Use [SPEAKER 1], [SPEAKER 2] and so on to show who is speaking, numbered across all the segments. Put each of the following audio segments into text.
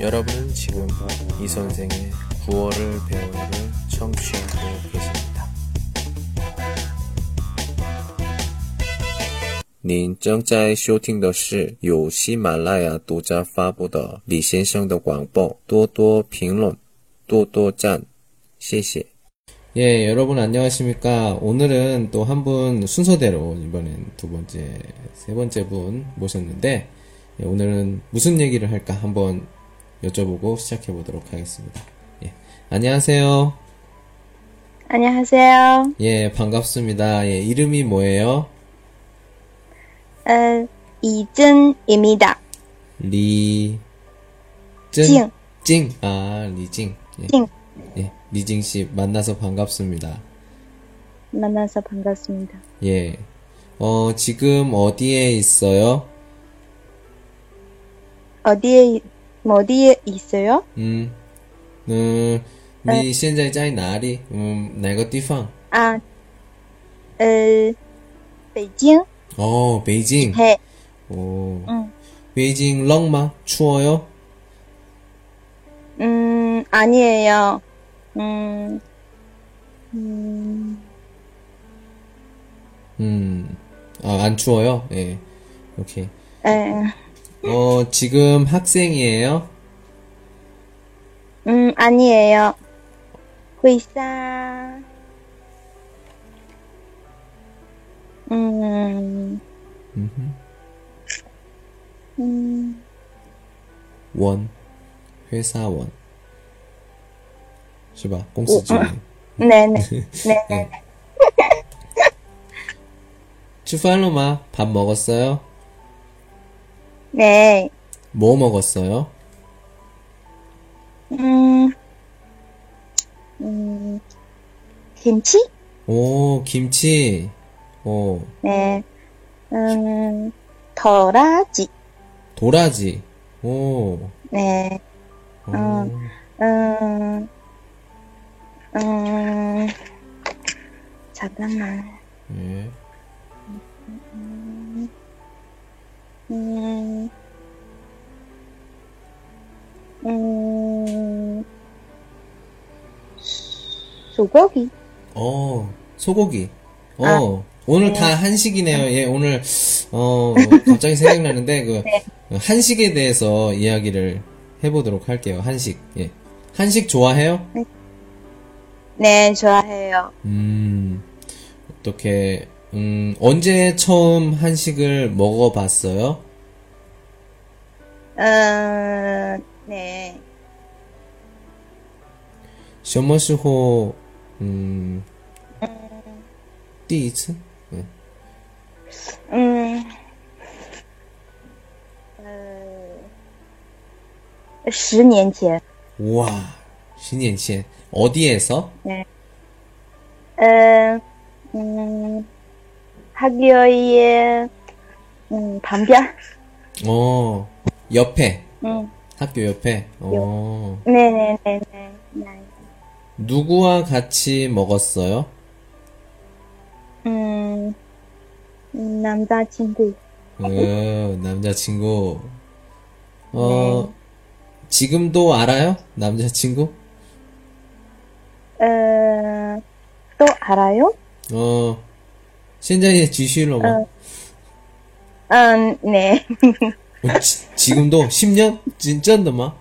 [SPEAKER 1] 여러분 지금 이 선생의 구월을 배우를 청취하고 계십니다. 您正在收听的是由喜马拉雅独家发布的李先生的广播，多多评论，多多赞，谢谢。 예, 여러분 안녕하십니까. 오늘은 또 한 분 순서대로 이번엔 두 번째, 세 번째 분 모셨는데, 예, 오늘은 무슨 얘기를 할까 한번 여쭤보고 시작해 보도록 하겠습니다. 예, 안녕하세요.
[SPEAKER 2] 안녕하세요.
[SPEAKER 1] 예, 반갑습니다. 예, 이름이 뭐예요?
[SPEAKER 2] 음, 이진입니다.
[SPEAKER 1] 리,
[SPEAKER 2] 찡.
[SPEAKER 1] 찡. 아, 리징. 예,
[SPEAKER 2] 찡.
[SPEAKER 1] 예, 리징 씨 만나서 반갑습니다.
[SPEAKER 2] 만나서 반갑습니다.
[SPEAKER 1] 예. 어, 지금 어디에 있어요?
[SPEAKER 2] 어디에, 뭐 어디에 있어요?
[SPEAKER 1] 嗯，嗯，你现在在哪里？嗯，哪个地方？
[SPEAKER 2] 아, 어, 베이징?
[SPEAKER 1] 哦，北京。
[SPEAKER 2] 네.
[SPEAKER 1] 哦，
[SPEAKER 2] 응.
[SPEAKER 1] 北京冷吗？추워요？
[SPEAKER 2] 음, 아니에요. 음, 음,
[SPEAKER 1] 음, 아, 안 추워요? 예. 오케이.
[SPEAKER 2] 에,
[SPEAKER 1] 어, 지금 학생이에요?
[SPEAKER 2] 음, 아니에요. 회사, 음,
[SPEAKER 1] 음,
[SPEAKER 2] 음,
[SPEAKER 1] 원. 회사원. 是吧? 공식직.
[SPEAKER 2] 네네, 네네.
[SPEAKER 1] 추팔로마 밥 먹었어요?
[SPEAKER 2] 네.
[SPEAKER 1] 뭐 먹었어요?
[SPEAKER 2] 음, 음, 김치?
[SPEAKER 1] 오, 김치. 오,
[SPEAKER 2] 네. 음, 도라지.
[SPEAKER 1] 도라지. 오.
[SPEAKER 2] 네.
[SPEAKER 1] 오.
[SPEAKER 2] 아. 음, 음, 잠깐만.
[SPEAKER 1] 예.
[SPEAKER 2] 음, 음, 소고기?
[SPEAKER 1] 어, 소고기. 어,
[SPEAKER 2] 아,
[SPEAKER 1] 오늘 다 한식이네요. 예, 오늘, 어, 갑자기 생각나는데, 그, 한식에 대해서 이야기를 해보도록 할게요. 한식. 예. 한식 좋아해요?
[SPEAKER 2] 네, 좋아해요.
[SPEAKER 1] 음, 어떻게, 음, 언제 처음 한식을 먹어봤어요?
[SPEAKER 2] 음, 네.
[SPEAKER 1] 什么时候, 음, 第一次? 예.
[SPEAKER 2] 음, 어, 10년前,
[SPEAKER 1] 우와, 10년前. 어디에서?
[SPEAKER 2] 음, 음, 학교에, 음, 반변?
[SPEAKER 1] 어, 옆에.
[SPEAKER 2] 음,
[SPEAKER 1] 학교 옆에. 어.
[SPEAKER 2] 네네네네. 네.
[SPEAKER 1] 누구와 같이 먹었어요?
[SPEAKER 2] 음, 음, 남자친구.
[SPEAKER 1] 어, 남자친구. 어, 지금도 알아요? 남자친구?
[SPEAKER 2] 어, 또 알아요?
[SPEAKER 1] 어, 현재 지시로 뭐,
[SPEAKER 2] 음, 네.
[SPEAKER 1] 어, 지, 지금도 10년? 진짜인데, 마?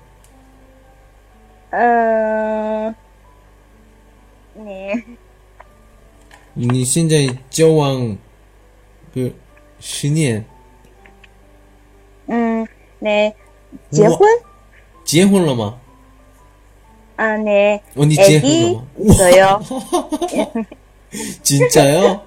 [SPEAKER 2] 어, 네.
[SPEAKER 1] 你现在交往그十年
[SPEAKER 2] 음, 네. 结婚?
[SPEAKER 1] 结婚了吗
[SPEAKER 2] 아, 네.
[SPEAKER 1] 어, 니
[SPEAKER 2] 애기
[SPEAKER 1] 지혜로워.
[SPEAKER 2] 있어요.
[SPEAKER 1] 진짜요?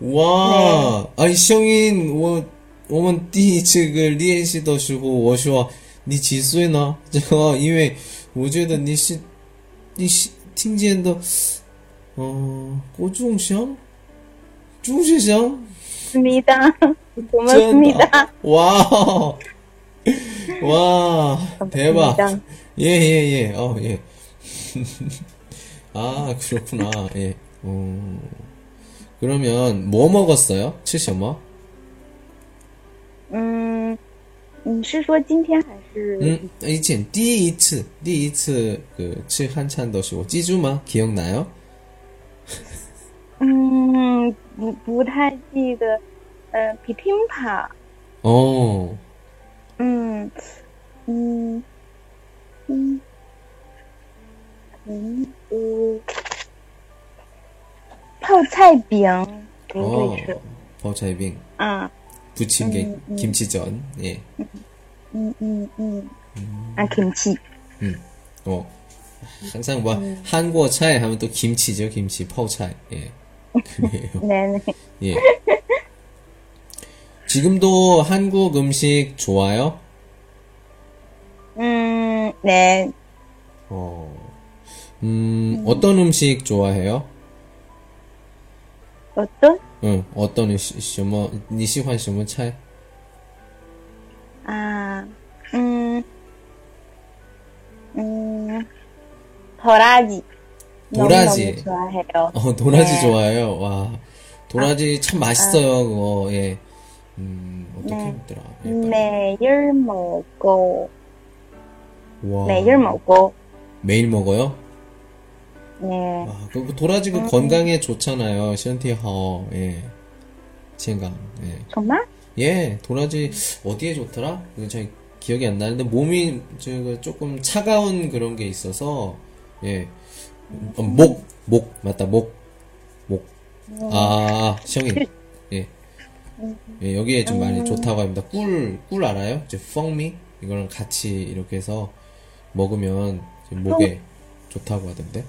[SPEAKER 1] 와, 아니 시영인 我我们第一次个练习的时候，我说你几岁 呢？这个因为我觉得你是你是听见的，嗯、高中生、中学生，
[SPEAKER 2] 고맙습니다.
[SPEAKER 1] 真
[SPEAKER 2] 고맙습니다.
[SPEAKER 1] 的，哇哦，哇，대박
[SPEAKER 2] 고맙습니다.
[SPEAKER 1] 예, 예, 예, 어, 예. 아, 그렇구나, 예. 어. 뭐? 그러면, 뭐 먹었어요? 치셔머?
[SPEAKER 2] 음, 嗯你是说今天还是？
[SPEAKER 1] 음, 이젠 디이츠, 디이츠 그, 치 한찬 더시고 찌주마 기억나요?
[SPEAKER 2] 嗯，不不太记得，呃，比拼吧，
[SPEAKER 1] 어,
[SPEAKER 2] 嗯，嗯，嗯，嗯，嗯，泡菜饼，您
[SPEAKER 1] 어,
[SPEAKER 2] 对吃
[SPEAKER 1] 버차이빙,
[SPEAKER 2] 啊，
[SPEAKER 1] 부침개,
[SPEAKER 2] 음,
[SPEAKER 1] 김치전, 예,
[SPEAKER 2] 嗯嗯嗯，啊，kimchi，
[SPEAKER 1] 어. 항상 뭐,
[SPEAKER 2] 음.
[SPEAKER 1] 한국어 차이 하면 또 김치죠, 김치, 파우차이, 예. 그래요.
[SPEAKER 2] 奶奶，
[SPEAKER 1] 예. 지금도 한국 음식 좋아요?
[SPEAKER 2] 嗯，奶，
[SPEAKER 1] 어, 음, 어떤 음식 좋아해요?
[SPEAKER 2] 我都
[SPEAKER 1] 응, 어떤 음식, 什么,你喜欢什么菜?
[SPEAKER 2] 啊，嗯，嗯， 음, 도라지，
[SPEAKER 1] 도라지
[SPEAKER 2] 너무너무좋아해요，
[SPEAKER 1] 어, 도라지
[SPEAKER 2] 네. 아,
[SPEAKER 1] 좋아해요. 와, 도라지 참 맛있어요, 그거, 예. 음, 어떻게
[SPEAKER 2] 네.
[SPEAKER 1] 먹더라? 예, 빨리.
[SPEAKER 2] 매일 먹고
[SPEAKER 1] 와,
[SPEAKER 2] 매일 먹고
[SPEAKER 1] 매일 먹어요?
[SPEAKER 2] 네
[SPEAKER 1] 와, 그 도라지 그 건강에 좋잖아요. 션티하오, 예. 건강, 예.
[SPEAKER 2] 정말
[SPEAKER 1] 예, 도라지 어디에 좋더라? 이거 잘 기억이 안 나는데 몸이 저거 그 조금 차가운 그런 게 있어서 예, 어, 목, 목 맞다 목, 목. 아, 시영이 예, 예 여기에 좀 많이 좋다고 합니다. 꿀, 꿀 알아요? 이제 펑미 이거랑 같이 이렇게 해서 먹으면 이제 목에 좋다고 하던데.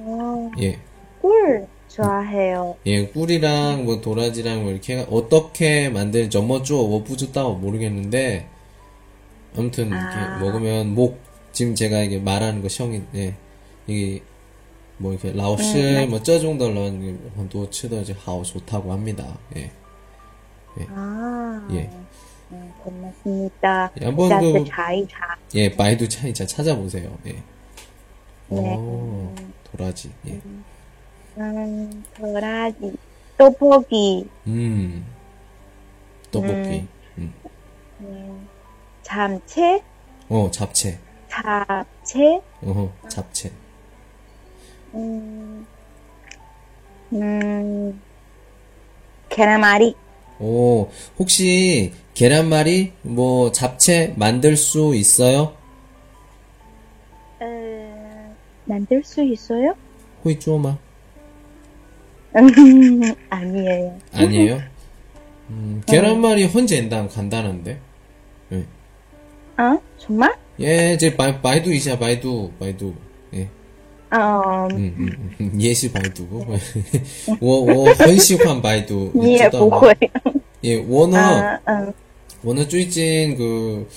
[SPEAKER 2] 어,
[SPEAKER 1] 예,
[SPEAKER 2] 꿀 좋아해요
[SPEAKER 1] 예, 꿀이랑 뭐 도라지랑 뭐 이렇게 해가- 어떻게 만들 점머쭈 워부주따오 모르겠는데 아무튼 이렇게
[SPEAKER 2] 아.
[SPEAKER 1] 먹으면 목 지금 제가 이게 말하는 거 형이 예 이게 뭐 이렇게 라오스
[SPEAKER 2] 네,
[SPEAKER 1] 뭐 쩌종덜런 또 치더지 하오 좋다고 합니다 예
[SPEAKER 2] 아
[SPEAKER 1] 네. 예.
[SPEAKER 2] 음, 고맙습니다
[SPEAKER 1] 예, 한번
[SPEAKER 2] 자주
[SPEAKER 1] 그-
[SPEAKER 2] 자이자
[SPEAKER 1] 예, 바이두 차이자 찾아보세요 예
[SPEAKER 2] 네.
[SPEAKER 1] 오, 도라지 예
[SPEAKER 2] 음 도라지 떡볶이
[SPEAKER 1] 음 떡볶이 음.
[SPEAKER 2] 음, 잡채
[SPEAKER 1] 어 잡채
[SPEAKER 2] 잡채
[SPEAKER 1] 어 잡채
[SPEAKER 2] 음, 음 계란말이
[SPEAKER 1] 오, 혹시 계란말이 뭐 잡채 만들 수 있어요?
[SPEAKER 2] 어, 만들 수 있어요?
[SPEAKER 1] 호이쭈오마
[SPEAKER 2] 음, 아니에요.
[SPEAKER 1] 아니에요? 음, 계란말이 헌젠당 간단한데. 예,
[SPEAKER 2] 어? 정말?
[SPEAKER 1] 예, 이제 바, 바이두 이자 바이두 바이두. 예,
[SPEAKER 2] 어,
[SPEAKER 1] 음, 음, 음, 예시 바이두고. 워워 헌시환 바이두.
[SPEAKER 2] 你也不
[SPEAKER 1] 이쪽다.
[SPEAKER 2] 会。
[SPEAKER 1] 예, 원어
[SPEAKER 2] 嗯嗯，
[SPEAKER 1] 원어 쭈이진 그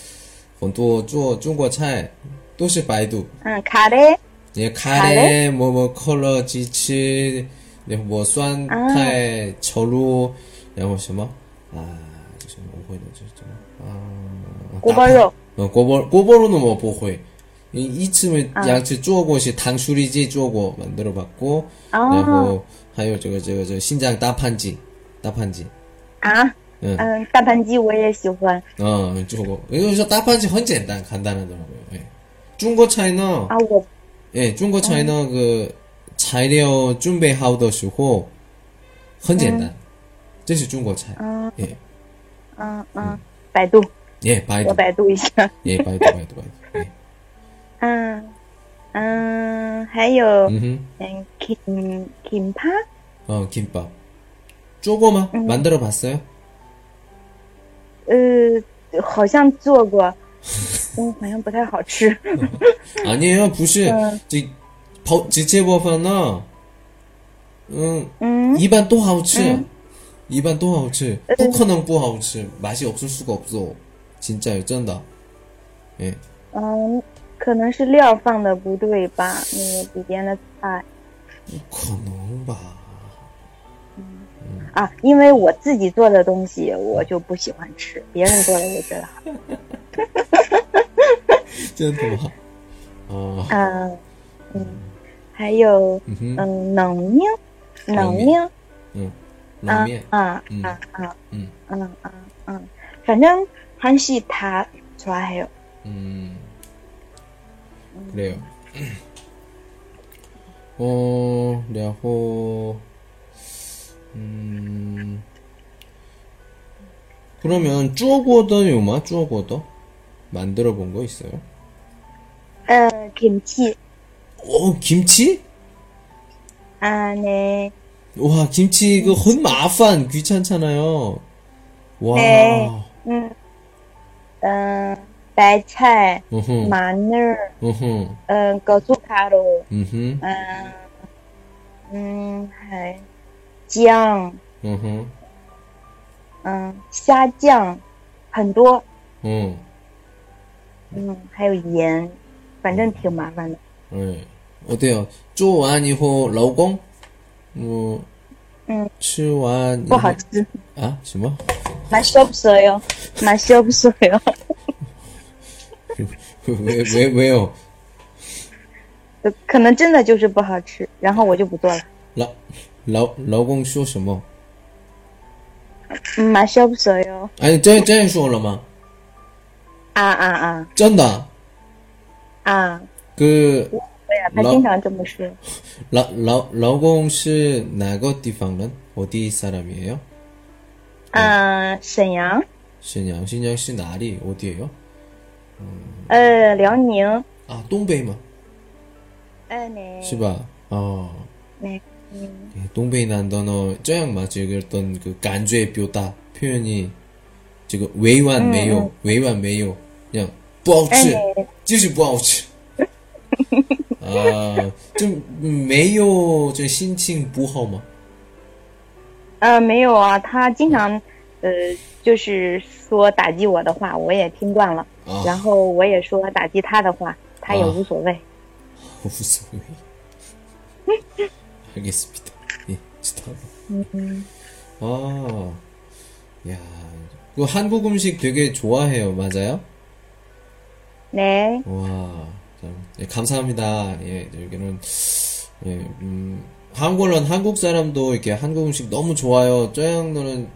[SPEAKER 1] 원도 쭈어 중국 차이 또시 바이두.
[SPEAKER 2] 嗯，卡嘞，
[SPEAKER 1] 예, 카레, 뭐, 뭐, 컬러, 지치, 네, 뭐, 酸탈 절우, 야, 뭐, 什么? 아, 잠시만, 오해, 잠시만. 뭐, 아,
[SPEAKER 2] 锅包肉，
[SPEAKER 1] 어, 꼬볼, 꼬볼로는 뭐, 보호해. 이, 이쯤에 양치 쪼고시, 당수리지 쪼고 만들어봤고,
[SPEAKER 2] 아.
[SPEAKER 1] 그리고, 하여, 저거, 저거, 저, 신장 따판지, 따판지.
[SPEAKER 2] 啊，
[SPEAKER 1] 응,
[SPEAKER 2] 嗯，大盘鸡我也喜欢
[SPEAKER 1] 어, 쪼고. 여기서 따판지 헌재 단 간단하더라고요, 예. 중고 차이는,
[SPEAKER 2] 啊，我
[SPEAKER 1] 예, 중국 차이나 그 자료 준비하고 도시고 헌젠단. 这是 중국 차이.
[SPEAKER 2] 嗯
[SPEAKER 1] 예.
[SPEAKER 2] 嗯嗯，
[SPEAKER 1] 음.
[SPEAKER 2] 百度，
[SPEAKER 1] 예,
[SPEAKER 2] 我
[SPEAKER 1] 바이두.
[SPEAKER 2] 百度一下，
[SPEAKER 1] 예, 바이두 바이두 바이두. 예.
[SPEAKER 2] 嗯 아, 嗯，还有
[SPEAKER 1] 음.
[SPEAKER 2] 嗯，kim kim 파，
[SPEAKER 1] 어, 김밥. 쪼고만 만들어 봤어요?
[SPEAKER 2] 呃，好像做过，嗯，好像不太好吃，
[SPEAKER 1] 아니에요. 부시. 지 버- 지체버퍼나 응.
[SPEAKER 2] 嗯
[SPEAKER 1] 입안 또 하우치. 입안 또 하우치. 포커는 또 하우치. 맛이 없을 수가 없어. 진짜 어쩐다. 예.
[SPEAKER 2] 嗯，可能是料放的不对吧，那个里边的菜。
[SPEAKER 1] 可能吧.
[SPEAKER 2] 啊，因为我自己做的东西我就不喜欢吃，别人做的我觉得 好。
[SPEAKER 1] 真的吗？哦，
[SPEAKER 2] 嗯嗯，还有
[SPEAKER 1] 嗯哼，
[SPEAKER 2] 嗯冷面，冷面
[SPEAKER 1] 嗯，冷
[SPEAKER 2] 啊
[SPEAKER 1] 面，
[SPEAKER 2] 啊
[SPEAKER 1] 嗯
[SPEAKER 2] 啊啊
[SPEAKER 1] 嗯
[SPEAKER 2] 嗯嗯嗯，反正 한시 다 좋아해요.
[SPEAKER 1] 음. 그래요. 어, 然后 음. 그러면 쪼고더 요마 쪼고더 만들어 본 거 있어요?
[SPEAKER 2] 어, 김치.
[SPEAKER 1] 오, 김치?
[SPEAKER 2] 아, 네.
[SPEAKER 1] 와, 김치 그 헌마판 귀찮잖아요. 와.
[SPEAKER 2] 네. 음. 어, 嗯呃白菜、
[SPEAKER 1] 어허.
[SPEAKER 2] 마늘,
[SPEAKER 1] 어허.
[SPEAKER 2] 어, 고춧가루,
[SPEAKER 1] 음흠.
[SPEAKER 2] 어, 음, 할, 장,
[SPEAKER 1] 어허.
[SPEAKER 2] 啊嗯，虾酱很多，
[SPEAKER 1] 어.
[SPEAKER 2] 嗯，还有盐，反正挺麻烦的。
[SPEAKER 1] 예. 어때요? 쪼완이호 러공? 뭐
[SPEAKER 2] 응.
[SPEAKER 1] 치완
[SPEAKER 2] 不好吃，
[SPEAKER 1] 아, 뭐?
[SPEAKER 2] 蛮受不所哟，蛮受不哦所哟。
[SPEAKER 1] 왜, 왜, 왜요?
[SPEAKER 2] 可能真的就是不好吃，然后我就不做了。
[SPEAKER 1] 라, 라, 러공 쇼什么
[SPEAKER 2] 嗯，蛮受不所哟。
[SPEAKER 1] 아니, 쟤, 쟤 쇼了吗
[SPEAKER 2] 啊啊啊
[SPEAKER 1] 쩐다.
[SPEAKER 2] 啊！
[SPEAKER 1] 그,
[SPEAKER 2] 对呀、他
[SPEAKER 1] 老
[SPEAKER 2] 经常这么说。
[SPEAKER 1] 라, 라, 러공 씨, 나거 디방은 어디 사람이에요?
[SPEAKER 2] 嗯、沈阳，
[SPEAKER 1] 신양, 신양 씨 날이 어디에요?
[SPEAKER 2] 呃，辽宁，
[SPEAKER 1] 아, 동베이만.
[SPEAKER 2] 呃，那
[SPEAKER 1] 시바. 어.
[SPEAKER 2] 那，嗯，
[SPEAKER 1] 예, 동베이 난더너 쩌양 마주였던 그 간주의 묘다 표현이 지금 외완 매요 외완 매요 그냥 뿌아우치
[SPEAKER 2] 음, 네.
[SPEAKER 1] 찌시 뿌아우치 아좀 매요 좀 신칭 부하마 어,
[SPEAKER 2] 呃，没有啊，他经常，
[SPEAKER 1] 嗯
[SPEAKER 2] 呃，就是说打击我的话，我也听惯了，
[SPEAKER 1] 啊
[SPEAKER 2] 然后我也说打击他的话，他也
[SPEAKER 1] 啊
[SPEAKER 2] 无所谓。
[SPEAKER 1] 무슨 알겠습니다 예 스탑
[SPEAKER 2] 음.
[SPEAKER 1] 아야 그 한국 음식 되게 좋아해요 맞아요?
[SPEAKER 2] 네.
[SPEAKER 1] 와, 참, 예, 감사합니다. 예, 여기는 예, 음, 한국은 한국 사람도 이렇게 한국 음식 너무 좋아요. 저양도는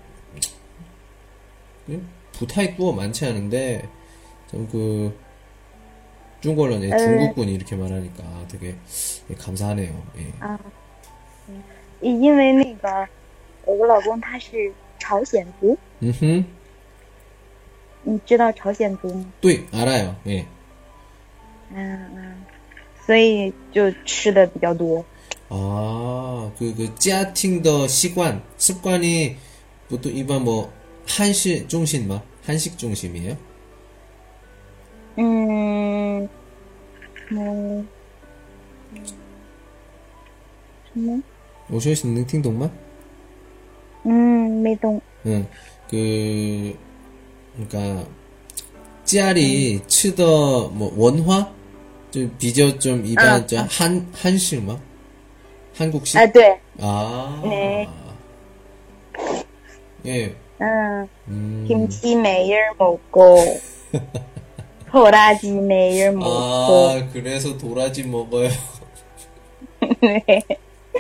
[SPEAKER 1] 예, 부타이꾸어 많지 않은데 좀그 중국은 예, 중국군이 이렇게 말하니까 되게 예, 감사하네요. 예.
[SPEAKER 2] 因为那个我老公他是朝鲜族，
[SPEAKER 1] 음흠,
[SPEAKER 2] 你知道朝鲜族吗？
[SPEAKER 1] 뚜이, 알아요. 예.
[SPEAKER 2] 嗯嗯，所以就吃的比较多。
[SPEAKER 1] 아, 그, 그, 짜팅더 시관, 습관이, 보통 일반 뭐, 한식 중심, 막, 한식 중심이에요?
[SPEAKER 2] 嗯嗯嗯什么？
[SPEAKER 1] 오셔있는 능팅동만?
[SPEAKER 2] 嗯，没懂。
[SPEAKER 1] 응, 그, 그니까, 짜리, 치더, 뭐, 원화? 좀, 비저, 좀, 일반,
[SPEAKER 2] 아.
[SPEAKER 1] 좀, 한, 한식, 막? 한국식?
[SPEAKER 2] 哎，对，
[SPEAKER 1] 아.
[SPEAKER 2] 네.
[SPEAKER 1] 예,
[SPEAKER 2] 嗯，
[SPEAKER 1] 음.
[SPEAKER 2] 김치매일먹고拖拉机매일먹고
[SPEAKER 1] 아, 그래서 도라지 먹어요.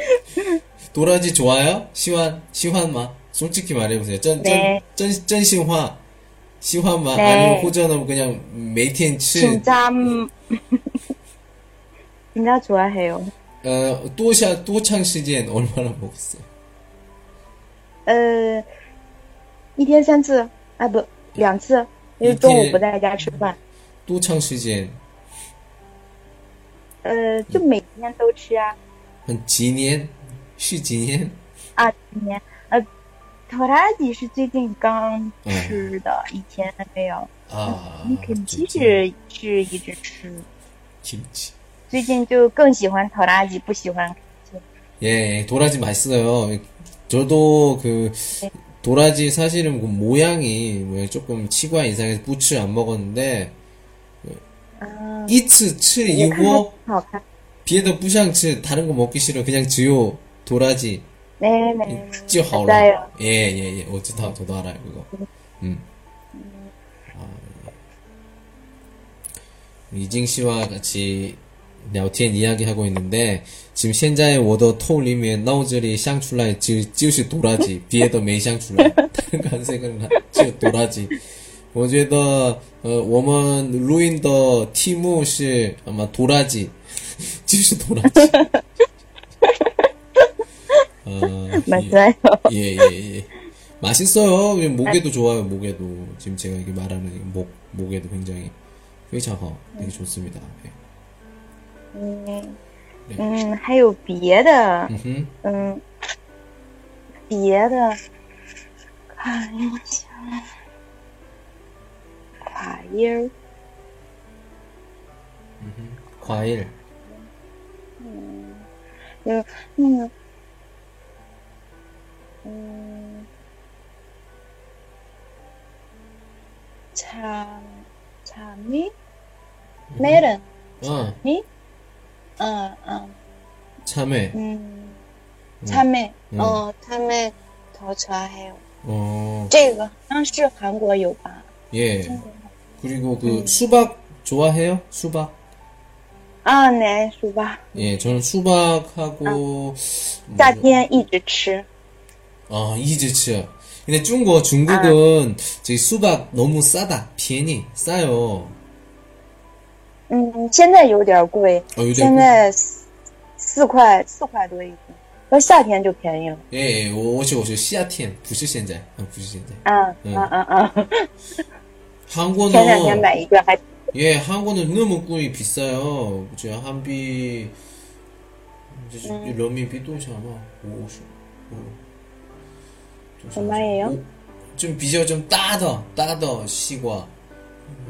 [SPEAKER 1] 도라지 좋아요? 시환, 시환마. 솔직히 말해보세요. 전,
[SPEAKER 2] 네.
[SPEAKER 1] 전, 전, 전신화. 시환마.
[SPEAKER 2] 네.
[SPEAKER 1] 아니면 호전은 그냥 메이텐츠.
[SPEAKER 2] 진짜 진짜좋아해요
[SPEAKER 1] 어, 또샤, 또창 시즌 얼마나 먹었어요?
[SPEAKER 2] 呃，一天三次，啊不，两次，因为
[SPEAKER 1] 一天
[SPEAKER 2] 中午不在家吃饭。
[SPEAKER 1] 또창 시즌.
[SPEAKER 2] 呃，就每天都吃啊
[SPEAKER 1] 한 지니엔? 쉬지니엔?
[SPEAKER 2] 啊，今年呃，拖拉机是最近刚吃的，以前没有。
[SPEAKER 1] 아.
[SPEAKER 2] 肯基
[SPEAKER 1] 좋지.
[SPEAKER 2] 是是一直吃，
[SPEAKER 1] 김치.
[SPEAKER 2] 最近就更喜欢拖拉机，不喜欢。
[SPEAKER 1] 예, 예, 도라지 맛있어요. 저도 그 도라지 사실은 그 모양이 뭐 조금 치과 인상에서 부츠 안 먹었는데
[SPEAKER 2] 啊，
[SPEAKER 1] 이츠 츠
[SPEAKER 2] 我看它
[SPEAKER 1] 이후
[SPEAKER 2] 好看。
[SPEAKER 1] 비에더 부샹츠 다른 거 먹기 싫어 그냥 지요 도라지
[SPEAKER 2] 没没， 예. 맞아요.
[SPEAKER 1] 찌하오라 예예예 어찌다 저도 알아요 그거 음 아, 예. 이징 씨와 같이 聊天 이야기하고 있는데 지금 현재의 워더 토울림의 나우즈리 샹출라의 지우시 도라지 어, 비에더 메이 샹출라 다른 거 안 생각나 지우 도라지 我觉得，呃，我们录音的题目是什么？多垃 圾，就是多垃 圾。아,
[SPEAKER 2] 맞아요.
[SPEAKER 1] 예, 예, 예. 맛있어요. 그냥 목에도 좋아요, 목에도. 지금 제가 이게 말하는 목, 목에도 굉장히. 회차허 되게 좋습니다. 예.
[SPEAKER 2] 嗯，还有别的，
[SPEAKER 1] 음흠.
[SPEAKER 2] 嗯，别的，看一下，垮音儿，
[SPEAKER 1] 과일.
[SPEAKER 2] 就是那个，Ừ. 嗯，참참이메론
[SPEAKER 1] 아,
[SPEAKER 2] 이嗯嗯
[SPEAKER 1] 참외.
[SPEAKER 2] 음
[SPEAKER 1] 음.
[SPEAKER 2] 참외
[SPEAKER 1] 음.
[SPEAKER 2] 어 참외 더 좋아해요.
[SPEAKER 1] 어,
[SPEAKER 2] 哦这个好像是韩国有吧？
[SPEAKER 1] 예. 그리고 그 수박 좋아해요? 수박?
[SPEAKER 2] 啊，难说吧，
[SPEAKER 1] 예, 저는 수박하고
[SPEAKER 2] 夏天一直吃。
[SPEAKER 1] 아, 이즈츠. 근데 중국 중국은 저기 수박 너무 싸다. 便宜 싸요.
[SPEAKER 2] 嗯，现在有点贵，
[SPEAKER 1] 어, 요즘
[SPEAKER 2] 现在四四块四块多一斤，到夏天就便宜了。
[SPEAKER 1] 예, 예. 아, 我我是我是夏天，不是现在，不是现在。
[SPEAKER 2] 啊
[SPEAKER 1] 嗯
[SPEAKER 2] 啊啊啊！前两天
[SPEAKER 1] 한국은
[SPEAKER 2] 买一个还
[SPEAKER 1] 예, 한국은 너무 꿀이 비싸요. 제가 한비 이제
[SPEAKER 2] 네.
[SPEAKER 1] 러민 비도시 아마 50.
[SPEAKER 2] 얼마예요?
[SPEAKER 1] 좀 비교 좀 따더 따더 시과.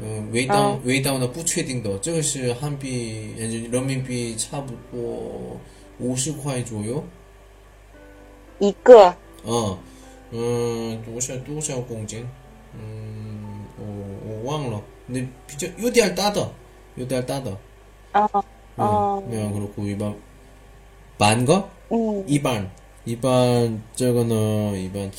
[SPEAKER 1] 어,
[SPEAKER 2] 아.
[SPEAKER 1] 웨이다운 웨이다운의 부채딩도. 这个是 한비 예, 이제 러민비 뭐, 차不多 50块左右.
[SPEAKER 2] 一个，
[SPEAKER 1] 어, 음, 多少多少公斤? 음, 我我忘了. 근데 비교 요디알 따더. 요디알 따더.
[SPEAKER 2] 啊
[SPEAKER 1] 어.
[SPEAKER 2] 어.
[SPEAKER 1] 그냥 그렇고 일반 반거
[SPEAKER 2] 嗯
[SPEAKER 1] 이반 이반 저거는 이반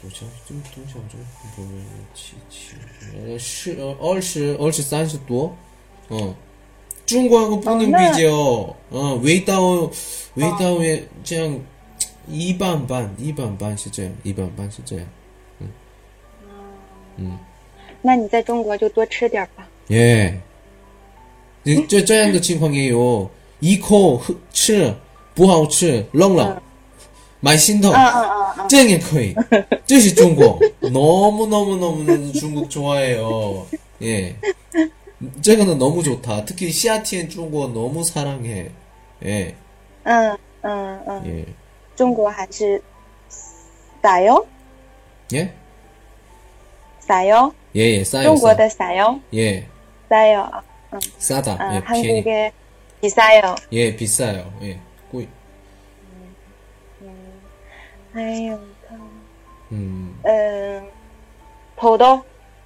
[SPEAKER 1] 도장 좀 도장 좀 보면 치치 어, 얼시 얼시 산시 또어 중국하고 보는
[SPEAKER 2] 네.
[SPEAKER 1] 비죠 어 웨이다오 웨이다오에 그냥 이반 반 이반 반 시제 이반 반 시제
[SPEAKER 2] 那你在中国就多吃点吧。
[SPEAKER 1] 예. 저- 저, 저양 그 칭황이에요. 이코, 흐, 치, 부하오, 치, 렁렁. 마이 신동.
[SPEAKER 2] 啊啊啊！
[SPEAKER 1] 쨍이 커이. 뜻이 중국. 너무너무너무 중국 좋아해요. 예. 저거는 너무 좋다. 특히 시아티엔 중국 너무 사랑해. 예.
[SPEAKER 2] 嗯嗯嗯，
[SPEAKER 1] 예.
[SPEAKER 2] 中国还是撒哟
[SPEAKER 1] 예?
[SPEAKER 2] 撒哟，
[SPEAKER 1] 예, 예, 싸요.
[SPEAKER 2] 中国
[SPEAKER 1] 싸.
[SPEAKER 2] 的哎撒哟
[SPEAKER 1] 예.
[SPEAKER 2] 撒哟啊，
[SPEAKER 1] 싸다.
[SPEAKER 2] 嗯，
[SPEAKER 1] 예, 비싸요.
[SPEAKER 2] 韩国的比撒哟。
[SPEAKER 1] 예, 비싸요. 예. 꾸이.
[SPEAKER 2] 还有它
[SPEAKER 1] 음.
[SPEAKER 2] 嗯，土豆，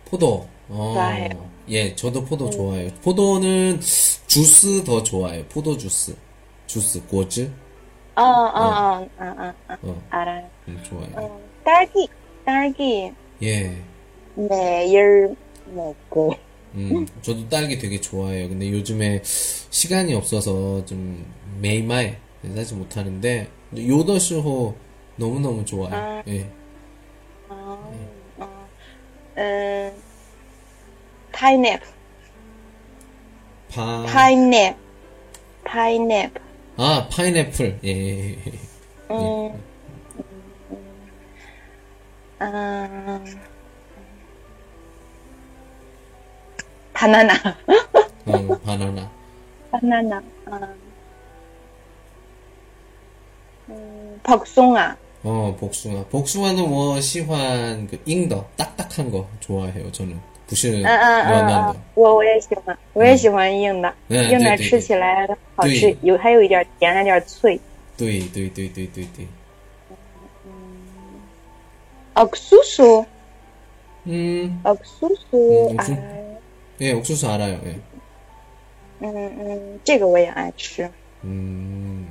[SPEAKER 1] 포도. 어,
[SPEAKER 2] 좋아해요.
[SPEAKER 1] 예, 저도 포도 좋아해요. 포도는 주스 더 좋아해요. 포도 주스. 주스, 꼬즈.
[SPEAKER 2] 嗯嗯嗯嗯嗯嗯，
[SPEAKER 1] 어,
[SPEAKER 2] 阿拉，
[SPEAKER 1] 음, 좋아해요.
[SPEAKER 2] 嗯，딸기딸기
[SPEAKER 1] 예.
[SPEAKER 2] 매일 먹고.
[SPEAKER 1] 음, 저도 딸기 되게 좋아해요. 근데 요즘에 시간이 없어서 좀 매일매일 사지 못하는데, 요더쇼 너무너무 좋아요.
[SPEAKER 2] 아.
[SPEAKER 1] 예.
[SPEAKER 2] 嗯嗯嗯，pineapple
[SPEAKER 1] 파,
[SPEAKER 2] pineapple pineapple，
[SPEAKER 1] 아, 파인애플. 예, 예. 예.
[SPEAKER 2] 嗯嗯嗯，banana
[SPEAKER 1] 어, 바나나.
[SPEAKER 2] banana，嗯嗯，복숭아。
[SPEAKER 1] 어, 복숭아. 복숭아는 뭐, 시환, 그, 잉더, 딱딱한 거 좋아해요, 아, 저는. 부실,
[SPEAKER 2] 嗯嗯嗯
[SPEAKER 1] 한
[SPEAKER 2] 嗯，我我也喜欢，我也喜欢硬的，
[SPEAKER 1] 嗯
[SPEAKER 2] 硬的
[SPEAKER 1] 对对
[SPEAKER 2] 吃起来好吃
[SPEAKER 1] 对，
[SPEAKER 2] 有还有一点甜，有点脆。
[SPEAKER 1] 对对对对对对。
[SPEAKER 2] 啊，叔叔，
[SPEAKER 1] 음,
[SPEAKER 2] 啊，叔叔
[SPEAKER 1] 嗯，
[SPEAKER 2] 啊
[SPEAKER 1] 我知， 예, 옥수수 알아요, 예.
[SPEAKER 2] 嗯嗯，这个我也爱吃，
[SPEAKER 1] 음,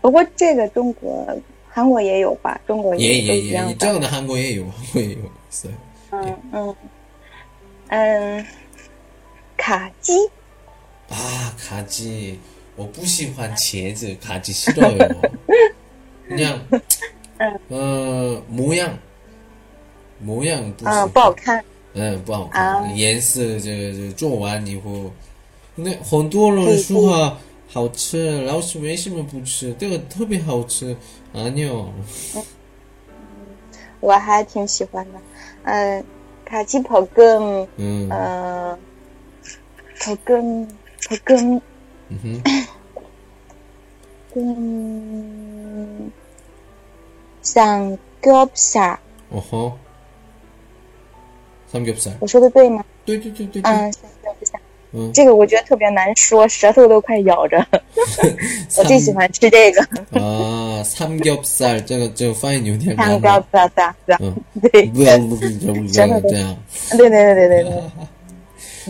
[SPEAKER 2] 不过这个中国、韩国也有吧，中国
[SPEAKER 1] 예,
[SPEAKER 2] 也
[SPEAKER 1] 예,
[SPEAKER 2] 都一
[SPEAKER 1] 예.
[SPEAKER 2] 样
[SPEAKER 1] 이
[SPEAKER 2] 的。
[SPEAKER 1] 저거는 한국에요, 한국에요. 있어요.
[SPEAKER 2] 嗯嗯嗯，卡基，
[SPEAKER 1] 아, 가지. 뭐, 부시환, 재즈, 가지 싫어요. 그냥, 아. 어, 모양. 모양, 부시.
[SPEAKER 2] 嗯，不好看，
[SPEAKER 1] 嗯，不好看，
[SPEAKER 2] 아.
[SPEAKER 1] 啊、颜色就就做完以后，那很多
[SPEAKER 2] 그,
[SPEAKER 1] 人说哈好吃，老师为什么不吃？这个特别好吃，啊牛、
[SPEAKER 2] 嗯！我还挺喜欢的，嗯、呃，卡其跑根，
[SPEAKER 1] 음,
[SPEAKER 2] 嗯，呃，跑根跑根，嗯哼，嗯，像 gopsa，
[SPEAKER 1] 哦吼。삼겹살.
[SPEAKER 2] 我说的对吗？
[SPEAKER 1] 对对对对。
[SPEAKER 2] 아. 嗯，삼겹살。
[SPEAKER 1] 어.
[SPEAKER 2] 这个我觉得特别难说，舌头都快咬着。我最喜欢吃这个。
[SPEAKER 1] 啊， 아, 삼겹 살， 这个这个翻译有点
[SPEAKER 2] 难。삼겹 네. 살다
[SPEAKER 1] 嗯，
[SPEAKER 2] 对。
[SPEAKER 1] 不要不要这样
[SPEAKER 2] 뭐.
[SPEAKER 1] 这样。
[SPEAKER 2] 对对对对对。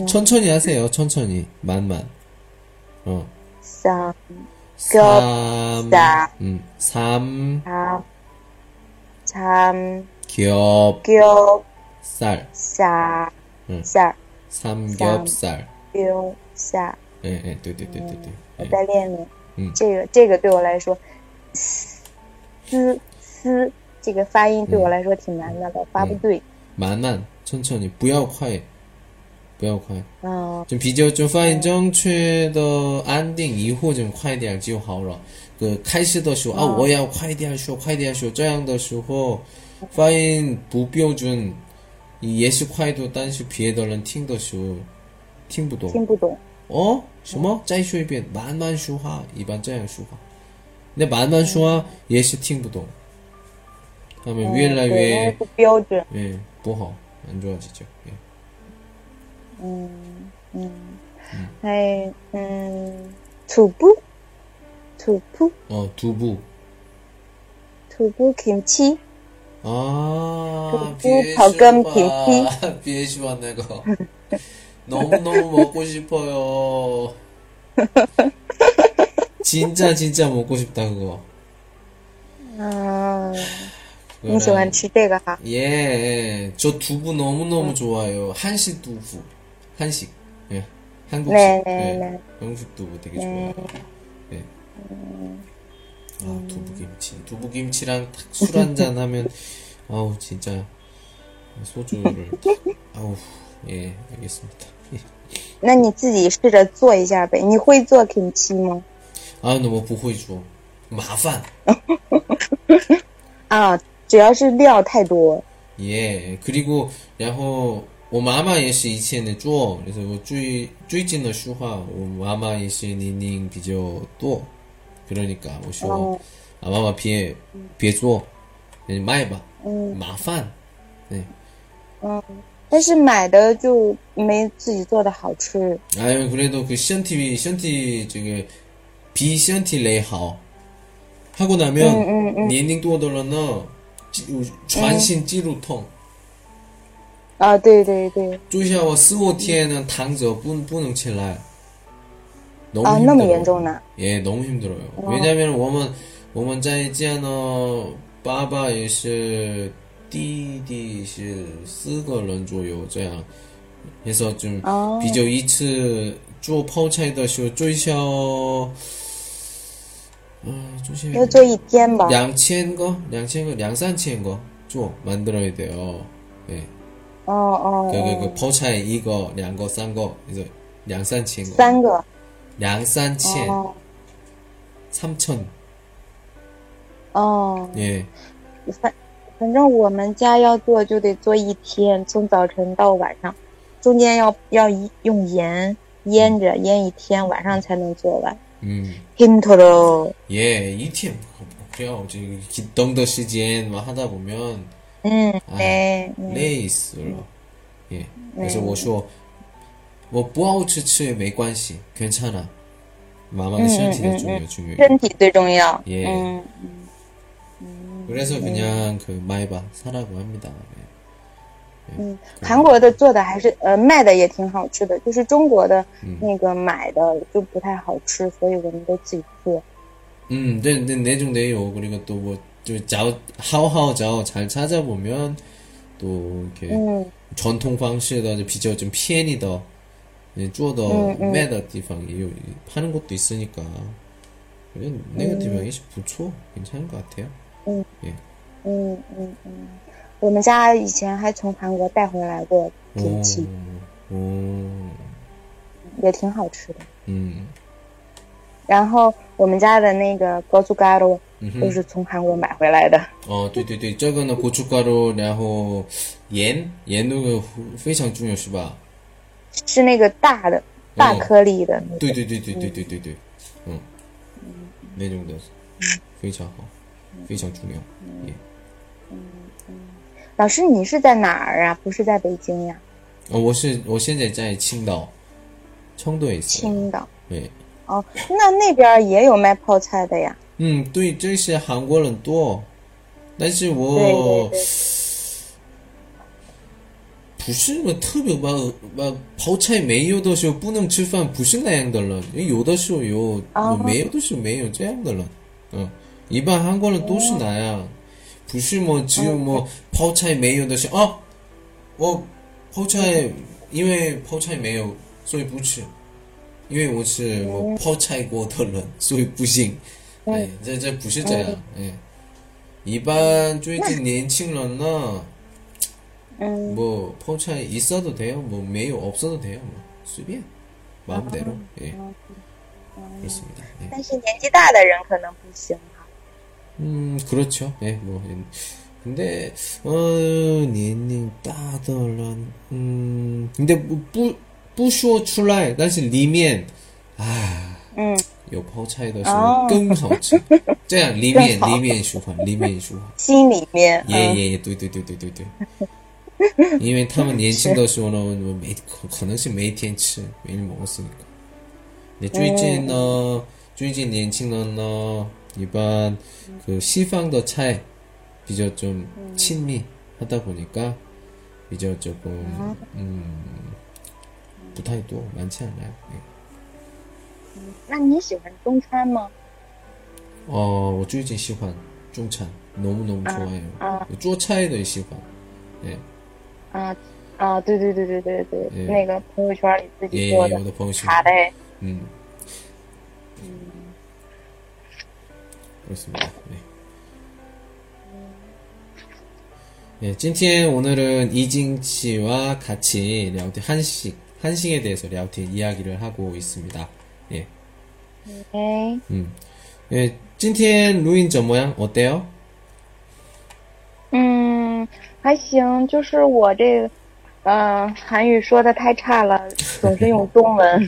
[SPEAKER 1] 천천히하세요천천히만만 어.
[SPEAKER 2] 삼겹 살.
[SPEAKER 1] 음, 삼.
[SPEAKER 2] 삼.
[SPEAKER 1] 겹.
[SPEAKER 2] 겹.
[SPEAKER 1] 쌀.
[SPEAKER 2] 쌀.
[SPEAKER 1] 嗯
[SPEAKER 2] 쌀.
[SPEAKER 1] 삼겹살. 예, 네,
[SPEAKER 2] 丢下。
[SPEAKER 1] 哎哎，对对对对对。
[SPEAKER 2] 我在练呢。
[SPEAKER 1] 嗯，
[SPEAKER 2] 这个这个对我来说，丝丝这个发音
[SPEAKER 1] 嗯
[SPEAKER 2] 对我来说挺难的，老发不对。
[SPEAKER 1] 慢慢，천천히，不要快，不要快。
[SPEAKER 2] 哦。
[SPEAKER 1] 좀비교좀파인정체더안딩이후좀快点就好了。그开始的时候啊，我要快点说，快点说，这样的时候发音不标准。也是快度，但是别的人听的时候听不懂。
[SPEAKER 2] 听不懂。
[SPEAKER 1] 哦，什么？再说一遍，慢慢说话，一般这样说话。那慢慢说也是听不懂，他
[SPEAKER 2] 어,
[SPEAKER 1] 们嗯越
[SPEAKER 2] 嗯
[SPEAKER 1] 来越
[SPEAKER 2] 不标准。
[SPEAKER 1] 嗯，不好， 예, 안좋아지 죠。 예.
[SPEAKER 2] 嗯嗯，还嗯，土布，土布。
[SPEAKER 1] 哦，土布。
[SPEAKER 2] 土布 kimchi。
[SPEAKER 1] 아
[SPEAKER 2] 버금 김치?
[SPEAKER 1] 비에시바 내가 너무너무 먹고 싶어요 진짜 진짜 먹고 싶다 그거 嗯
[SPEAKER 2] 아,
[SPEAKER 1] 그거랑-
[SPEAKER 2] 啊你喜欢吃这个哈？
[SPEAKER 1] 예, 예. 저 두부 너무너무 좋아요 한식 두부 한식 예. 한국식
[SPEAKER 2] 네, 네,
[SPEAKER 1] 예.
[SPEAKER 2] 네.
[SPEAKER 1] 영식 두부 되게 좋아요 예.
[SPEAKER 2] 음.
[SPEAKER 1] 아 두부김치 두부김치랑 술 한잔 하면 아우 진짜 소주를 아우 예 알겠습니다 예.
[SPEAKER 2] 那你自己试着做一下呗。你会做 kimchi 吗？
[SPEAKER 1] 아 너무 부호이죠 마판
[SPEAKER 2] 啊，只要是料太多。
[SPEAKER 1] 예 그리고 야호 오마마 예시 이치에는 쪼 그래서 뭐 쭈이 쭈이진의 슈화 오마마 예시 니닝 비죠 또 그러니까 오쇼
[SPEAKER 2] 어.
[SPEAKER 1] 아마마 비에 비에 쪼 마이바
[SPEAKER 2] 嗯
[SPEAKER 1] 마판 네.
[SPEAKER 2] 嗯，但是买的就没自己做的好吃。
[SPEAKER 1] 아유 그래도 그 시안티비 시안티 저기 비시안티 레이하오 하고
[SPEAKER 2] 응,
[SPEAKER 1] 나면 니닝 또 돌러너 전신 찌루통
[SPEAKER 2] 啊，对对对，
[SPEAKER 1] 조시아와 스모티에는 당저 뿐 뿐응 칠라 너무
[SPEAKER 2] 아, 너무
[SPEAKER 1] 힘들어요.
[SPEAKER 2] 연정나.
[SPEAKER 1] 예, 너무 힘들어요. 왜냐면 워먼 워먼 짜이지아너 빠바이시 띠디시 쓰거런조요 저양. 그래서 좀
[SPEAKER 2] 아.
[SPEAKER 1] 비저 이츠 쪼 파우차이더쇼 쪼이샤오 아, 조시
[SPEAKER 2] 要做一天吧。
[SPEAKER 1] 양치엔거 양치엔거 양산치엔거 쪼 만들어야 돼요. 예.
[SPEAKER 2] 哦哦
[SPEAKER 1] 그, 그,
[SPEAKER 2] 哦，
[SPEAKER 1] 그, 포차에 이거, 양거, 싼거, 그래서, 양산치인 거.
[SPEAKER 2] 三个。
[SPEAKER 1] 양산치엔,
[SPEAKER 2] 哦
[SPEAKER 1] 삼천.
[SPEAKER 2] 哦，
[SPEAKER 1] 예.
[SPEAKER 2] 反反正我们家要做就得做一天，从早晨到晚上，中间要要一用盐腌着腌一天，晚上才能做完。
[SPEAKER 1] 음.
[SPEAKER 2] hintoro，
[SPEAKER 1] 예, 이팀. 그래요. 지금, 기똥더 시즌 막 하다 보면,
[SPEAKER 2] 嗯，
[SPEAKER 1] 아,
[SPEAKER 2] 哎，嗯
[SPEAKER 1] 레이스로. 예. 그래서,
[SPEAKER 2] 네.
[SPEAKER 1] 我说, 뭐, 부아우츠츠, 没关系, 괜찮아. 마마의
[SPEAKER 2] 음,
[SPEAKER 1] 시한티는
[SPEAKER 2] 음,
[SPEAKER 1] 중요해, 중요해.
[SPEAKER 2] 身体最重要。
[SPEAKER 1] 예
[SPEAKER 2] 嗯，
[SPEAKER 1] 그래서 그냥,
[SPEAKER 2] 네.
[SPEAKER 1] 그, 마이바, 사라고 합니다. 예.
[SPEAKER 2] 嗯，韩国的做的还是呃卖的也挺好吃的，就是中国的
[SPEAKER 1] 嗯
[SPEAKER 2] 那个买的就不太好吃，所以我们都自己做。
[SPEAKER 1] 음, 네, 네, 내중 내요. 그리고 또 뭐, 좀 자오, 하오하오 자오 잘 찾아보면, 또, 이렇게,
[SPEAKER 2] 嗯
[SPEAKER 1] 전통 방식에다 비교 좀 피엔이 더, 쪼 더,
[SPEAKER 2] 음, 음.
[SPEAKER 1] 매다 디팡, 이 파는 것도 있으니까. 이건
[SPEAKER 2] 음.
[SPEAKER 1] 네거티브 이시 부초? 괜찮은 것 같아요.
[SPEAKER 2] 嗯嗯嗯，我们家以前还从韩国带回来过
[SPEAKER 3] 点睛，
[SPEAKER 1] 哦，
[SPEAKER 3] 也挺好吃的。
[SPEAKER 1] 嗯
[SPEAKER 3] 然后我们家的那个高速嘎罗
[SPEAKER 1] 嗯
[SPEAKER 3] 都
[SPEAKER 1] 哼，
[SPEAKER 3] 是从韩国买回来的。
[SPEAKER 1] 哦，对对对，这个呢，고춧가루，然后盐，盐那个非常重要是吧？
[SPEAKER 3] 是那个大
[SPEAKER 1] 哦
[SPEAKER 3] 的、大颗粒的那
[SPEAKER 1] 对
[SPEAKER 3] 种。
[SPEAKER 1] 对对对对对对对，嗯，那种的非常好，非常重要。也
[SPEAKER 3] 老师，你是在哪儿啊？不是在北京呀、
[SPEAKER 1] 哦，我是我现在在青岛，청도에
[SPEAKER 3] 青
[SPEAKER 1] 있어요。 예.
[SPEAKER 3] 岛。
[SPEAKER 1] 对，
[SPEAKER 3] 哦，那那边也有卖泡菜的呀。
[SPEAKER 1] 嗯，对，这些韩国人多，但是我
[SPEAKER 3] 对
[SPEAKER 2] 네,
[SPEAKER 3] 对对，
[SPEAKER 1] 不是我特别把把泡菜没有的时候不能吃饭，不是那样的人。有的时候有，
[SPEAKER 3] 哦
[SPEAKER 1] 没有的时候没有这样的人。嗯，一般韩国人都是那样，不是么只有么泡菜没有的时候啊，我泡菜因为泡菜没有，所以不吃。因为我是我泡菜过的人，所以不行。哎，这这不是这样，哎，一般最近年轻人呢。
[SPEAKER 3] 嗯，
[SPEAKER 1] 뭐 포차에 있어도 돼요. 뭐 메뉴 없어도 돼요. 뭐 수비야 마음대로. 예. 그렇습니다. 예.
[SPEAKER 3] 但是年纪大的人可能不行哈。
[SPEAKER 1] 음 그렇죠. 예. 뭐 예. 근데 어 니님 따돌란 음 근데 뭐뿌 부쇼 출라이 사실 리면 아
[SPEAKER 3] 嗯，
[SPEAKER 1] 有泡菜的时
[SPEAKER 3] 哦
[SPEAKER 1] 候更好吃，这样里面
[SPEAKER 3] 更好
[SPEAKER 1] 里面舒缓，里面舒缓。
[SPEAKER 3] 心里面。
[SPEAKER 1] 也
[SPEAKER 3] 嗯
[SPEAKER 1] 也也，对对对对对对，因为他们年轻的时候呢，我每可可能是每天吃，每天먹었으니까。那 어, 最近呢，最近年轻人呢，一般 어, 그西方的菜比较좀친미하다보니까비교조금음부탁이또많지않아요 예.
[SPEAKER 3] 那你喜欢中餐吗？
[SPEAKER 1] 어뭐最近喜欢中餐，너무너무좋아해요。做菜的也喜欢，예。
[SPEAKER 3] 啊啊，对对对对对对，
[SPEAKER 1] 嗯
[SPEAKER 3] 那个朋友圈里自己
[SPEAKER 1] 也
[SPEAKER 3] 做
[SPEAKER 1] 有
[SPEAKER 3] 的
[SPEAKER 1] 的朋友喜
[SPEAKER 3] 卡
[SPEAKER 1] 欢，
[SPEAKER 3] 带。
[SPEAKER 1] 嗯，그렇습니다 네. 예, 찐티엔 오늘은 이징 씨와 같이 랴오티 한식, 한식에 대해서 랴오티 이야기를 하고 있습니다. 예,
[SPEAKER 3] 哎，
[SPEAKER 1] 음. 예, 찐티엔 루인 저 모양 어때요?
[SPEAKER 3] 嗯，还行，就是我这个，嗯、韩语说的太差了，总是用中文，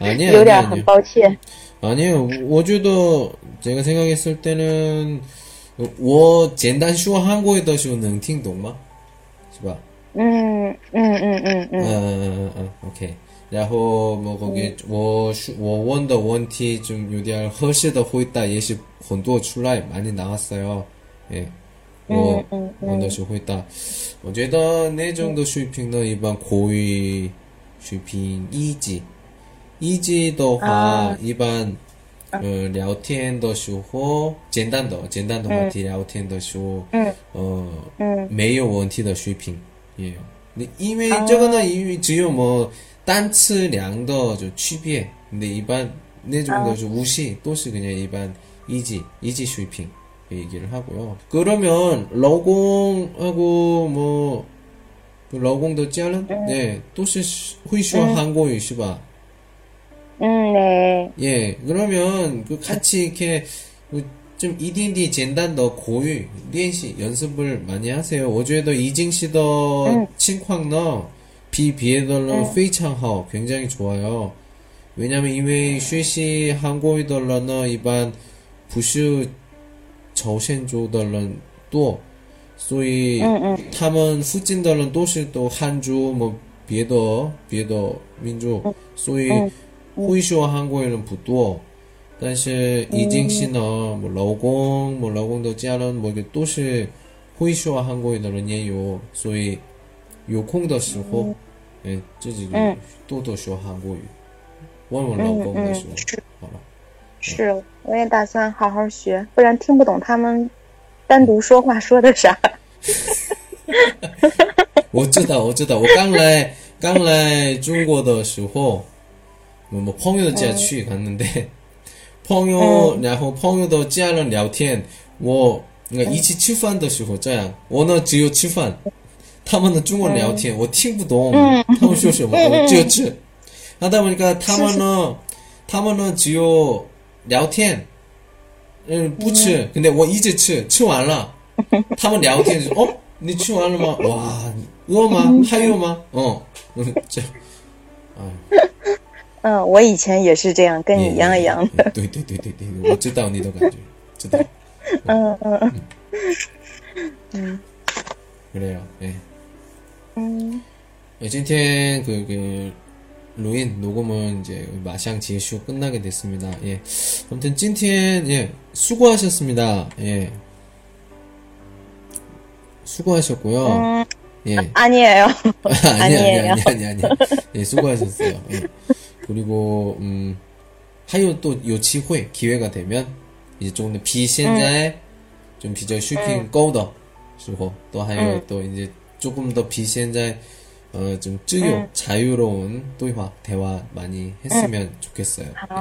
[SPEAKER 1] 아니야,
[SPEAKER 3] 有
[SPEAKER 1] 아니야,
[SPEAKER 3] 点很
[SPEAKER 1] 아니야.
[SPEAKER 3] 抱歉。
[SPEAKER 1] 아니에요. 어제도 제가 생각했을 때는 워 젠단 쇼 한국에다 쇼는 팅동마? 是吧?
[SPEAKER 3] 嗯嗯嗯嗯嗯，
[SPEAKER 1] 예, 嗯嗯嗯嗯，OK。然后我我给我是我问的问题좀요디알허시더호있다예시很多出来많이나왔어요 예，
[SPEAKER 3] 嗯
[SPEAKER 1] 我问的是回答，我觉得那种的水平呢，一般口语水平一级，一级的话一般。呃，聊天的时候，简单的简单的话题，聊天的时候，嗯，呃，
[SPEAKER 2] 네.
[SPEAKER 1] 嗯，没有问题的水平也有。你因为这个呢，因为只有么单词量的就区别，你一般那种的是无视，都是 그냥 일반 이지 이지水平 얘기를 하고요. 그러면 러공하고 뭐 러공도 짤은 네, 또시 회쇼 한국어 시바.
[SPEAKER 3] 嗯嘞，
[SPEAKER 1] 예, 그러면 그 같이 이렇게 그좀 EDD 젠단더 고유 리엔씨 연습을 많이 하세요. 어제도 이징씨더 칭쾅너 비비에덜러 페이창하오 굉장히 좋아요. 왜냐면 이외 슈시 한국이덜러너 이반 부슈 저센조덜런 또 소위
[SPEAKER 3] 嗯
[SPEAKER 1] 타면 후진덜런 또시 또 한주 뭐 비에더 비에더 민족 소위 호이쇼 한국에는 부도 但是已经是呢，我老公，我老公的家人，我个都是会说韩国语的人也有，所以有空的时候，嗯，自己多多说韩国语。问问老公的时候，好了，
[SPEAKER 3] 是，我也打算好好学，不然听不懂他们单独说话说的啥。
[SPEAKER 1] 我知道，我知道，我刚 来刚来中国的时候，我们朋友家去갔는데，朋友，然后朋友的家人聊天，我那一起吃饭的时候这样，我呢只有吃饭。他们聊天，我没有聊天，他们的中文聊天、嗯、嗯我听不懂，他们说什 么我就去。하다보니까타마는타마는지요聊天，嗯，不吃。근데뭐이제吃，吃完了。他们聊天哦，你吃完了吗？哇，饿吗？还有吗？哦，这，
[SPEAKER 3] 啊，嗯，我以前也是这样，跟你
[SPEAKER 2] 네,
[SPEAKER 1] 예,
[SPEAKER 3] 一样一样的。
[SPEAKER 1] 对对对对对，我知道你的感觉，知道。
[SPEAKER 3] 嗯嗯嗯。
[SPEAKER 1] 음. 그래요. 예.
[SPEAKER 3] 음.
[SPEAKER 1] 예, 今天 그, 그, 루인 녹음은 이제 마샹 지슈 끝나게 됐습니다. 예. 아무튼 찐텐 예, 수고하셨습니다. 예. 수고하셨고요.
[SPEAKER 3] 음.
[SPEAKER 1] 예.
[SPEAKER 3] 아, 니에요
[SPEAKER 1] 아니, 아니, 아니, 아니, 아니. 예, 수고하셨어요. 예. 그리고, 음, 하요 또 요치회 기회가 되면, 이제 조금 더 비신자의 음. 좀 비절 슈팅 꺼우더. 之后또还有 음. 또 이제 조금 더 비시엔자의 어, 좀 쯔요 음. 자유로운 또화 대화 많이 했으면 음. 좋겠어요. 네,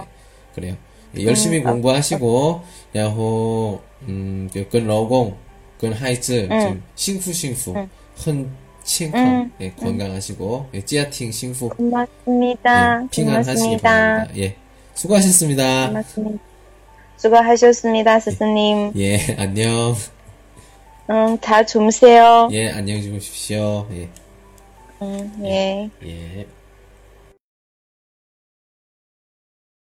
[SPEAKER 1] 그래요. 예, 열심히 공부하시고 야호 음근 러공 근 하이즈 좀 싱푸 싱푸 헌 칭컨 예, 건강하시고 예, 찌아팅 싱푸
[SPEAKER 3] 고맙습니다.
[SPEAKER 1] 예, 핑안하시기 바랍니다. 예 수고하셨습니다.
[SPEAKER 3] 고맙습니다. 수고하셨습니다, 스승님.
[SPEAKER 1] 예, 예 안녕.
[SPEAKER 3] 음, 잘 주무세요.
[SPEAKER 1] 예, 안녕히 주무십시오. 예.
[SPEAKER 3] 음, 예.
[SPEAKER 1] 예. 예.